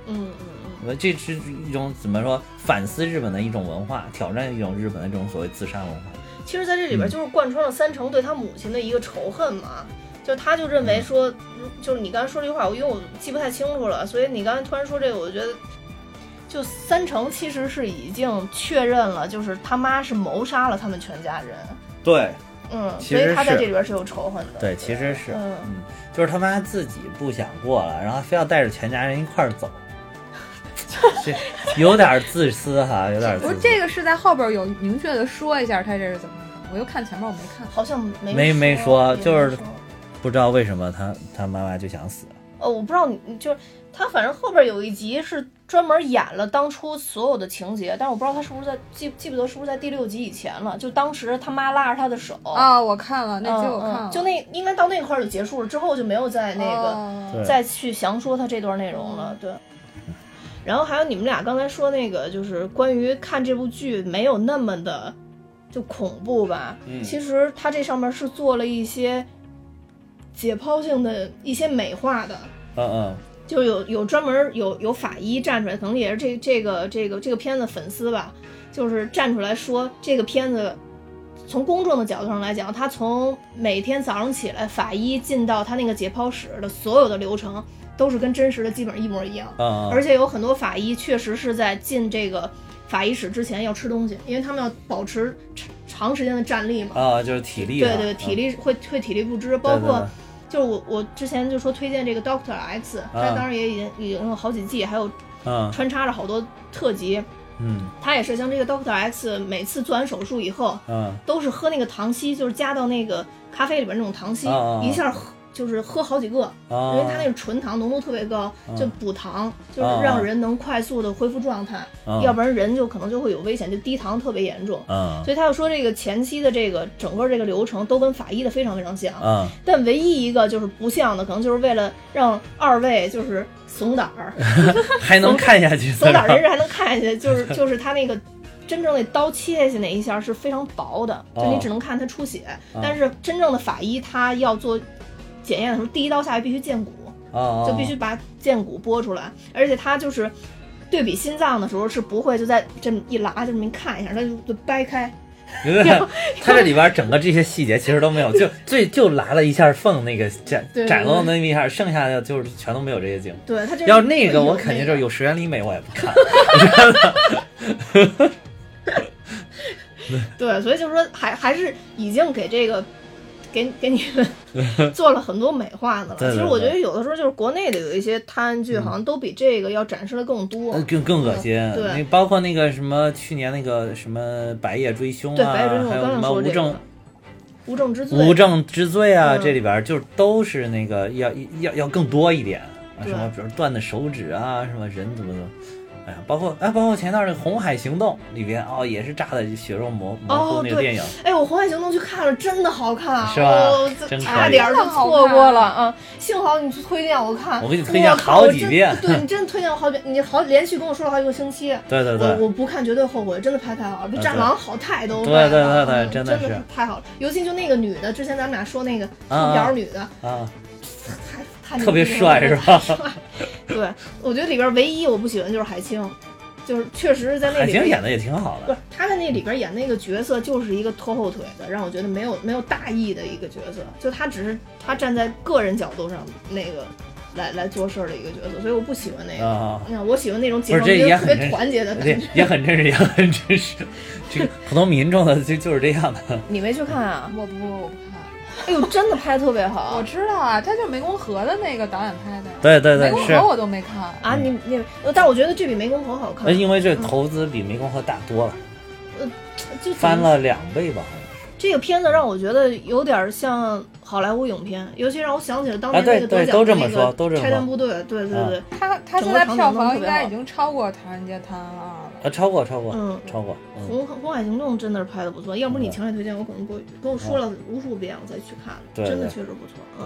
嗯嗯那这是一种怎么说反思日本的一种文化，挑战一种日本的这种所谓自杀文化。嗯，其实在这里边嗯就是贯穿了三成对他母亲的一个仇恨嘛，就他就认为说，嗯就是你刚才说这句话，我因为我记不太清楚了，所以你刚才突然说这个，我觉得。就三成其实是已经确认了，就是他妈是谋杀了他们全家人，对嗯，其所以实他在是这里边是有仇恨的。对，其实是，嗯嗯，就是他妈自己不想过了，然后非要带着全家人一块 儿走，这有点自私哈，有点不自是私。这个是在后边有明确的说一下他这是怎么回事，我又看前面我没看。好像没没没说，说就是也没说不知道为什么他他妈妈就想死。呃，我不知道你你就是他，反正后边有一集是专门演了当初所有的情节，但是我不知道他是不是在记记不得是不是在第六集以前了，就当时他妈拉着他的手，啊，我看了嗯，那集，我看嗯了，就那应该到那块儿就结束了，之后就没有再那个。个对再去详说他这段内容嗯了。对，然后还有你们俩刚才说那个，就是关于看这部剧没有那么的就恐怖吧。嗯其实他这上面是做了一些解剖性的一些美化的。嗯嗯，就有有专门有有法医站出来，可能也是这这个这个这个片子粉丝吧，就是站出来说这个片子，从公众的角度上来讲，他从每天早上起来法医进到他那个解剖室的所有的流程，都是跟真实的基本上一模一样，嗯嗯，而且有很多法医确实是在进这个法医室之前要吃东西，因为他们要保持长长时间的站立嘛，啊，就是体力嘛，对对，体嗯，力会会体力不支，包对对括。对就是我我之前就说推荐这个 Doctor X，它啊当然也已经已经有好几季，还有嗯穿插着好多特辑。嗯它也是像这个 Doctor X，每次做完手术以后，嗯都是喝那个糖稀，就是加到那个咖啡里边那种糖稀，啊啊啊一下喝就是喝好几个，因啊，为它那个纯糖浓度特别高，就补糖，就是让人能快速的恢复状态，嗯要不然人就可能就会有危险，就低糖特别严重。嗯所以他就说，这个前期的这个整个这个流程都跟法医的非常非常像。嗯，但唯一一个就是不像的，可能就是为了让二位就是怂胆 儿，啊还能看下去，怂胆儿是吧人士还能看下去， 就是就是他那个真正那刀切下去那一下是非常薄的，哦就你只能看它出血。但是真正的法医他要做检验的时候，第一刀下去必须见骨，啊，就必须把剑骨拨出来，而且他就是对比心脏的时候是不会就在这么一拉就这么一看一下，他就就掰开。 它这里边整个这些细节其实都没有， 就最就拉了一下缝那个展对对对展露那么一下，剩下的就是全都没有这些景。对他这要那个会有我肯定就是有十元里美我也不 看。对，所以就是说还还是已经给这个给给你们做了很多美化的了。 对对其实我觉对得有的时候就是国内的有一些探案剧，好像都比这个要展示的更多。呃更更恶心，对那包括那个什么去年那个什么白夜追凶对，啊，白夜追凶，我还有刚想什么说无这证个无证之罪，无证之罪啊，嗯这里边就都是那个要要要更多一点，啊对什么比如断的手指啊，什么人怎么怎么，哎呀，包括哎包括前段那个《红海行动》里边哦也是炸的血肉模模糊哦那个对电影，哎，我《红海行动》去看了，真的好看啊，是吧哦这真可以差点儿就错过了啊！幸好你推荐我看，我给你推荐好几遍我靠我真对你真推荐我好几遍，你好连续跟我说了好几个星期。对对对我我不看绝对后悔，真的拍太好了，比《对战狼》好太多对了。对对对嗯真真的是太好了。尤其就那个女的，之前咱们俩说那个啊秃瓢女的，啊，太太特别牛逼帅了是吧？太帅对，我觉得里边唯一我不喜欢就是海清，就是确实是在那海里清边演的也挺好不的是，他在那里边演那个角色就是一个拖后腿的，让我觉得没有没有大义的一个角色，就他只是他站在个人角度上那个来来做事儿的一个角色，所以我不喜欢那个。啊。那我喜欢那种解不是放这军也特别很真团结的感对觉。，也很真实，也很真实。 这个普通民众的就就是这样的。你没去看啊？我不我不看，哎呦，真的拍得特别好我知道啊，他就是湄公河的那个导演拍的，对对对湄，公是河我都没看，啊！你你，但是我觉得这比《湄公河》好哎看呃，因为这投资比湄公河大多了，就翻了两倍吧，好像是。这个片子让我觉得有点像好莱坞影片，尤其让我想起了当年啊对那个得对奖的都这那么说个都这么拆弹说部队，对对啊对，他他整现个在场景票弄得房特应别该好已经超过《唐人街探案二》了。啊，超过超过、嗯超过，嗯，红红海行动真的是拍的不错，要不是你强烈推荐，我可能不会跟我说了无数遍我再去看对真的对确实不错，嗯。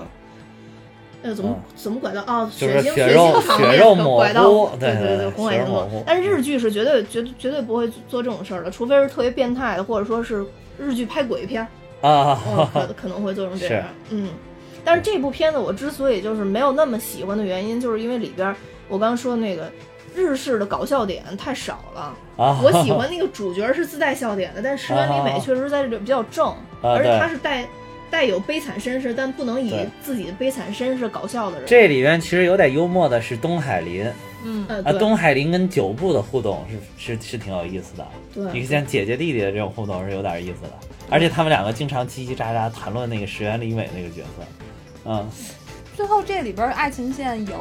哎，怎么嗯怎么拐到啊？就是血腥血血肉腥场血面肉拐模拐到糊对对对对对，红海血肉行模糊嗯动。但是日剧是绝对绝对绝对不会做这种事儿的，除非是特别变态的，或者说是日剧拍鬼片儿，啊，嗯， 可可能会做成这样是。嗯，但是这部片子我之所以就是没有那么喜欢的原因，就是因为里边儿我刚说那个日式的搞笑点太少了。 啊，我喜欢那个主角是自带笑点的，但石原里美确实在这里比较正，而且啊对她是带带有悲惨身世，但不能以对自己的悲惨身世搞笑的人。这里边其实有点幽默的是东海林嗯，呃，啊，对东海林跟九部的互动是是是挺有意思的。你对像姐姐弟弟的这种互动是有点意思的，而且他们两个经常叽叽喳喳谈论那个石原里美那个角色，嗯，最后这里边爱情线有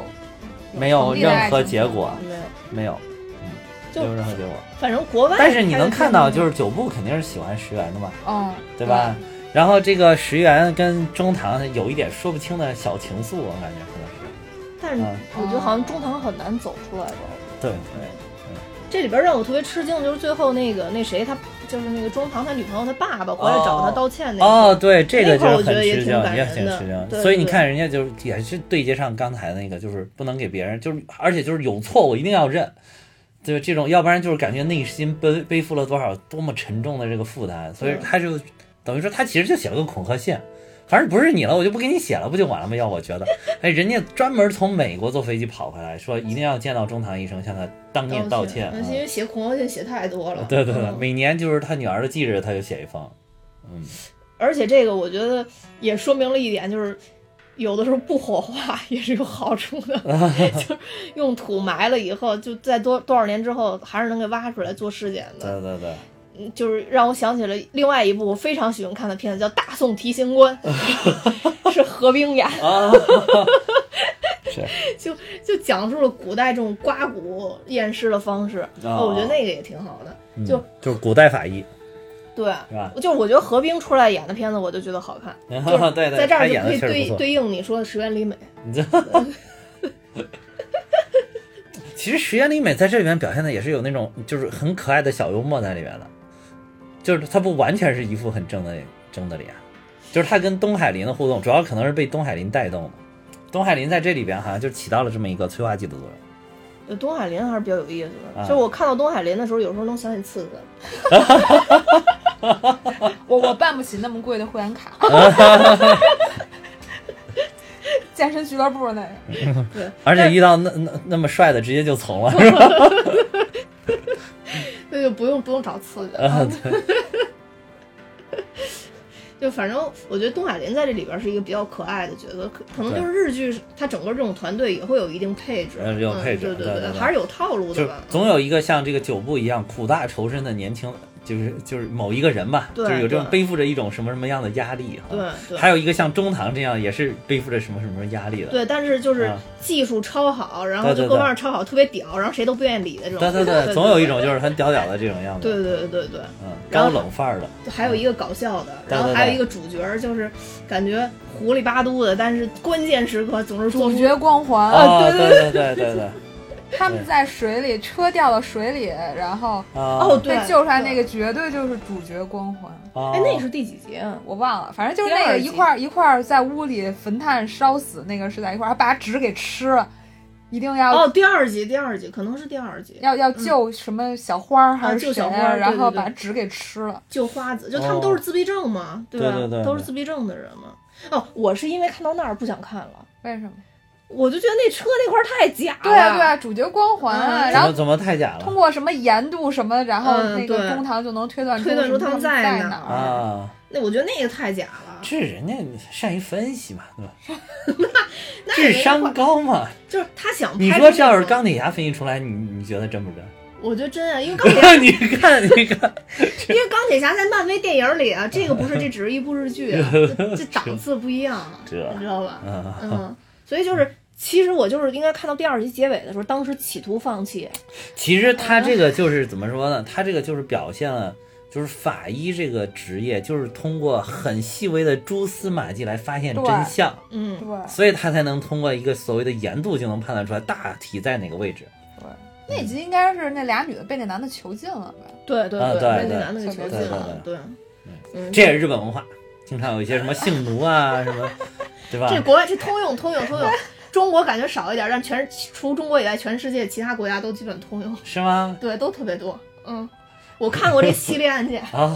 没有成立的爱任何情线结果，没有，没有，嗯，就没有任何结果。反正国外，但是你能看到，就是是九部肯定是喜欢石原的嘛，嗯，对吧？然后这个石原跟中堂有一点说不清的小情愫，我感觉可能是，但是嗯我觉得好像中堂很难走出来吧。对，这里边让我特别吃惊，就是最后那个那谁他就是那个中堂他女朋友他爸爸回来找他道歉那个。哦，对，这个那块儿就我是觉很得也吃挺惊，感也人挺的吃惊。对所以你对看，人家就是也是对接上刚才那个，就是不能给别人，就是而且就是有错我一定要认，就是这种，要不然就是感觉内心背背负了多少多么沉重的这个负担。所以对他就等于说他其实就写了个恐吓信，反正不是你了，我就不给你写了，不就完了吗？要我觉得，哎，人家专门从美国坐飞机跑回来，说一定要见到中堂医生，向他当面道歉。嗯因为写恐吓信写太多了啊。对对对，嗯每年就是他女儿的忌日，他就写一封。嗯，而且这个我觉得也说明了一点，就是有的时候不火化 也是有好处 的，就是用土埋了以后，就在多多少年之后还是能给挖出来做尸检对的。对对。嗯就是让我想起了另外一部我非常喜欢看的片子，叫《大宋提刑 官》， 是何冰演的，啊，是就就讲述了古代这种刮骨验尸的方式。哦我觉得那个也挺好的，就嗯嗯就是古代法医，对。是吧？就是我觉得何冰出来演的片子，我就觉得好看。 对就是对，在这他儿就演可的以确实对不错。对应你说的石原里美。你这，其实石原里美在这里面表现的也是有那种就是很可爱的小幽默在里面的，就是他不完全是一副很正的正的脸，就是他跟东海林的互动，主要可能是被东海林带动的。东海林在这里边好像就起到了这么一个催化剂的作用。呃，东海林还是比较有意思的。啊就是我看到东海林的时候，有时候能想起次子，我我办不起那么贵的会 员卡，健身俱乐部那个，而且遇到那那那么帅的，直接就从 了，是吧？ 那就不用不用找次子。啊对就反正我觉得东海林在这里边是一个比较可爱的角色，可可能就是日剧它整个这种团队也会有一定配置，嗯有配置嗯、对对对对，对还是有套路的就是吧。总有一个像这个九部一样苦大仇深的年轻，就是就是某一个人吧，对就是有这种对背负着一种什么什么样的压力哈。对对还有一个像中堂这样也是背负着什么什么压力的。对，但是就是啊技术超好，然后对就对各对方面超好，特别屌，然后谁都不愿意理的这种。对对对，总有一种就是很屌屌的这种样子。对。对对对对，嗯，然高后冷范儿的，还有一个搞笑的，对然后对还有对一个主角儿就是感觉糊里巴嘟的，但是关键时刻总是做主出角光环，哦，对对对对对，他们在水里，车掉到水里，然后哦哦，对被救出来那对个绝对就是主角光环。哦哎，那是第几集啊？我忘了，反正就是那第个二集一块儿一块儿在屋里焚炭烧死，那个是在一块儿，还把纸给吃了，一定要、哦，第二集，第二集可能是第二集，要要救什么小花儿还是救谁小啊、花儿对然后对对把纸给吃了。救花子，就他们都是自闭症嘛，对吧？哦对对对都是自闭症的人嘛。哦，我是因为看到那儿不想看了，为什么？我就觉得那车那块儿太假了。对啊对啊，主角光环啊，嗯然怎后么怎么太假通了过什么盐度什么，然后嗯那个对公堂就能推断推断出出他他们们在在哪哪儿。啊？那我觉得那个太假了，这人家善于分析嘛，对吧？那也智没商办法高嘛。就是他想拍。你说这要是，钢铁侠分析出来，你你觉得真不真？我觉得真啊，因为钢 铁，你看你看，因为钢铁侠在漫威电影里啊，这个不是，这只是一部日剧、 啊，这这档次不一样啊，这你知道吧？嗯。嗯，所以就是，其实我就是应该看到第二集结尾的时候，当时企图放弃，其实他这个就是怎么说呢？他这个就是表现了就是法医这个职业，就是通过很细微的蛛丝马迹来发现真相，嗯，对所以他才能通过一个所谓的盐度就能判断出来大体在哪个位置。对，那集应该是那俩女的被那男的囚禁了吧？对对啊对被对那男的给囚禁对对了，啊对，嗯，这也是日本文化，经常有一些什么性奴啊什么，对吧？这国外是通用通用通用，中国感觉少一点，但全除中国以外，全世界其他国家都基本通用，是吗？对，都特别多，嗯。我看过这系列案 件， 啊，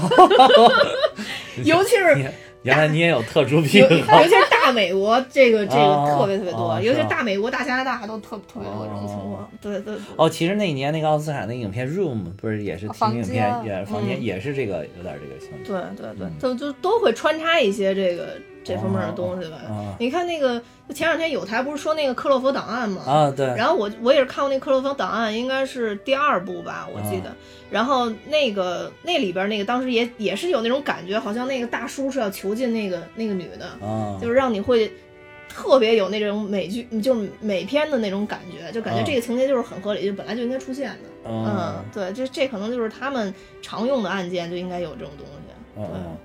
尤其是你原来你也有特殊癖尤 好尤其是大美国，这个这哦个特别特别哦多，是尤其是吧大美国、大加拿大都特特别多这种情哦况。对对对，哦。其实那一年那个奥斯卡那影片《Room》不是也是提名影片，房间也是房间嗯也是这个有点这个性质对对对嗯，就就都会穿插一些这个这方面的东西吧。啊你看那个前两天有台不是说那个克洛弗档案吗？啊，对，然后我我也是看过那《克洛弗档案》，应该是第二部啊吧，我记得。然后那个那里边那个当时也也是有那种感觉，好像那个大叔是要囚禁那个那个女的，啊，就是让你会特别有那种美剧就是美片的那种感觉，就感觉嗯这个情节就是很合理，就本来就应该出现的。嗯嗯，对，这这可能就是他们常用的案件就应该有这种东西。嗯嗯。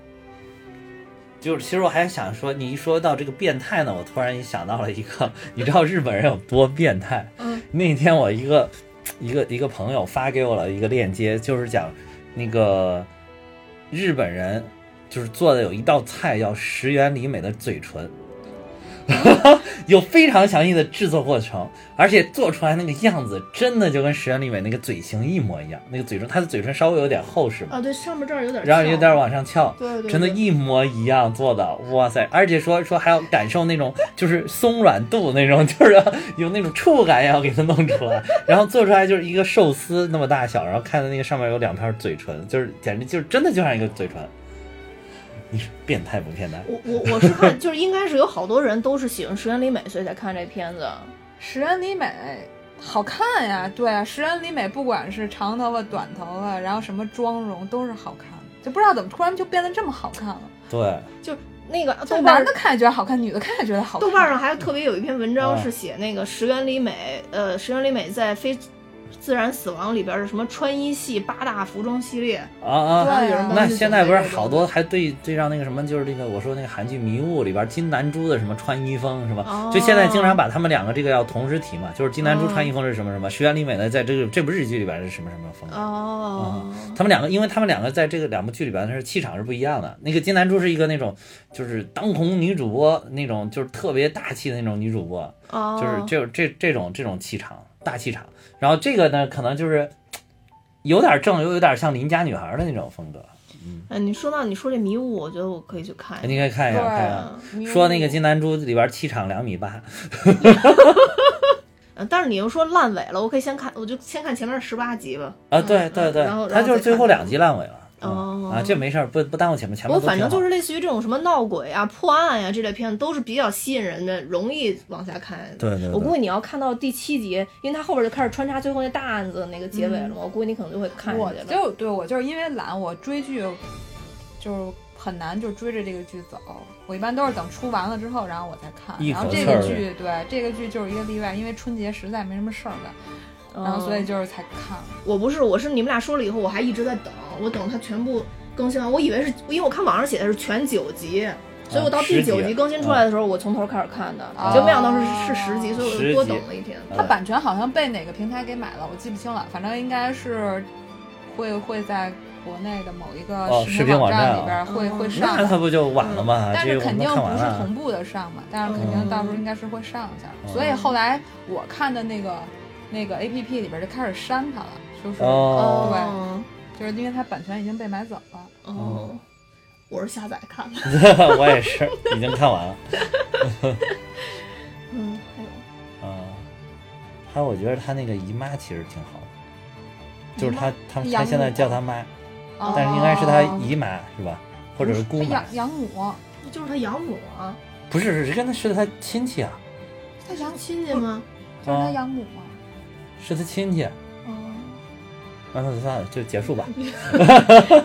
就是，其实我还想说，你一说到这个变态呢，我突然想到了一个，你知道日本人有多变态？嗯，那天我一个一个一个朋友发给我了一个链接，就是讲那个日本人就是做的有一道菜叫石原里美的嘴唇，嗯 有非常详细的制作过程，而且做出来那个样子真的就跟石原里美那个嘴型一模一样，那个嘴唇，她的嘴唇稍微有点厚实嘛，啊，对，上面这儿有点，然后有点，往上翘，对对对，真的，一模一样做的，哇塞！而且说说还要感受那种就是松软度那种， 就是要有那种触感也要给它弄出来，然后做出来就是一个寿司那么大小，然后看到那个上面有两片嘴唇，就是简直就是真的就像一个嘴唇。你说变态不变态？我我我是看，就是应该是有好多人都是喜欢石原里美，所以才看这片子。石原里美好看呀，对啊，石原里美不管是长头发、短头发，然后什么妆容都是好看，就不知道怎么突然就变得这么好看了。对，啊就是那个就豆瓣男儿的看也觉得好看，女的看也觉得好看。豆瓣上还特别有一篇文章啊是写那个石原里美，呃，石原里美在非自然死亡里边儿的什么穿衣系八大服装系列，啊啊，对啊有人帮那你现准在备不是这个好多还对对上那个什么，就是那个我说那个韩剧《迷雾》里边金南珠的什么穿衣风是哦吧？就现在经常把他们两个这个要同时提嘛，就是金南珠穿衣风是什么什么，石原里美呢在这个这部日剧里边是什么什么风格。哦，他们两个，因为他们两个在这个两部剧里边，他是气场是不一样的。那个金南珠是一个那种，就是当红女主播那种，就是特别大气的那种女主播，哦，啊就是这这这种这种气场，大气场。然后这个呢，可能就是有点正，又有点像邻家女孩的那种风格。哎，你说到你说这迷雾，我觉得我可以去看一下。你可以看一下，对看一下。嗯迷雾哎说那个金南珠里边气场两米八，嗯，但是你又说烂尾了，我可以先看，我就先看前面十八集吧。啊，嗯对对嗯对然后，他然后就是再最后看两集烂尾了。嗯哦啊，这没事儿，不不耽误前面，前面我都挺好。反正就是类似于这种什么闹鬼啊、破案呀、这类片，都是比较吸引人的，容易往下看。对对对我估计你要看到第七集，因为它后边就开始穿插最后那大案子那个结尾了嘛，我估计你可能就会看下我嗯去了。就对我就是因为懒，我追剧就是很难就追着这个剧走。我一般都是等出完了之后，然后我再看。一口然后这气儿个剧，对这个剧就是一个例外，因为春节实在没什么事儿干，然后所以嗯就是才看。哎我不是，我是你们俩说了以后，我还一直在等，我等它全部更新完，我以为是因为我看网上写的是全九集。所以我到第九啊十集啊集更新出来的时候，我从头开始看的，哦结果没想到是是十集，所以我十就多集等了一天。嗯它版权好像被哪个平台给买了，我记不清了，反正应该是会会在国内的某一哦个视视频频网网站站啊里边会、嗯会上嗯那，他不就晚了吗？但啊这是个我肯们定看完不是了啊哦同步的上嘛，但是肯定到时候应该是会上一下。嗯所以后来我看的那个那个 A P P 里边就开始删它了，就是、哦哦就是因为它版权已经被买走了。哦，嗯我是下载看的。 我也是，已经看完了。嗯，还有嗯，还有我觉得他那个姨妈其实挺好的，就是他他养他现在母叫他妈，哦但是应该是他姨妈是吧？或者是它姑妈养？养母，就是他养母啊，不是，是跟他是他亲戚啊，它养亲戚吗？就是哦它养母嘛。是他亲戚。哦，那算了算了，就结束吧。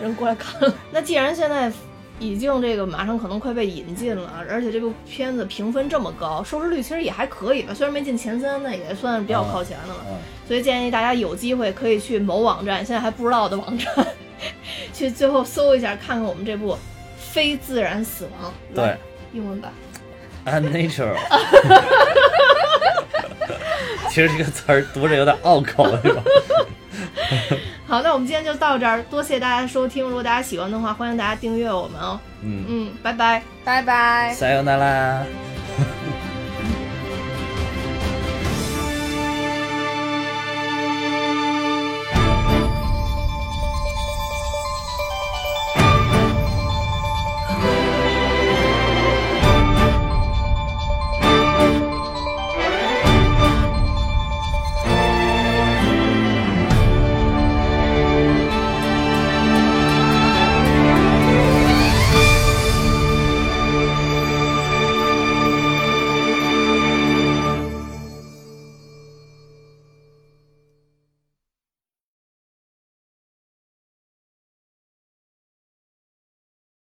人过来看了。那既然现在已经这个马上可能快被引进了，而且这部片子评分这么高，收视率其实也还可以吧，虽然没进前三，但也算比较靠前的了。嗯，所以建议大家有机会可以去某网站，现在还不知道的网站，去最后搜一下，看看我们这部《非自然死亡》对，英文版。 unnatural。其实这个词儿读着有点拗口，是吧？好，那我们今天就到这儿，多谢大家收听。如果大家 喜欢的话，欢迎大家订阅我们哦。嗯，嗯，拜拜。拜拜。撒由那拉。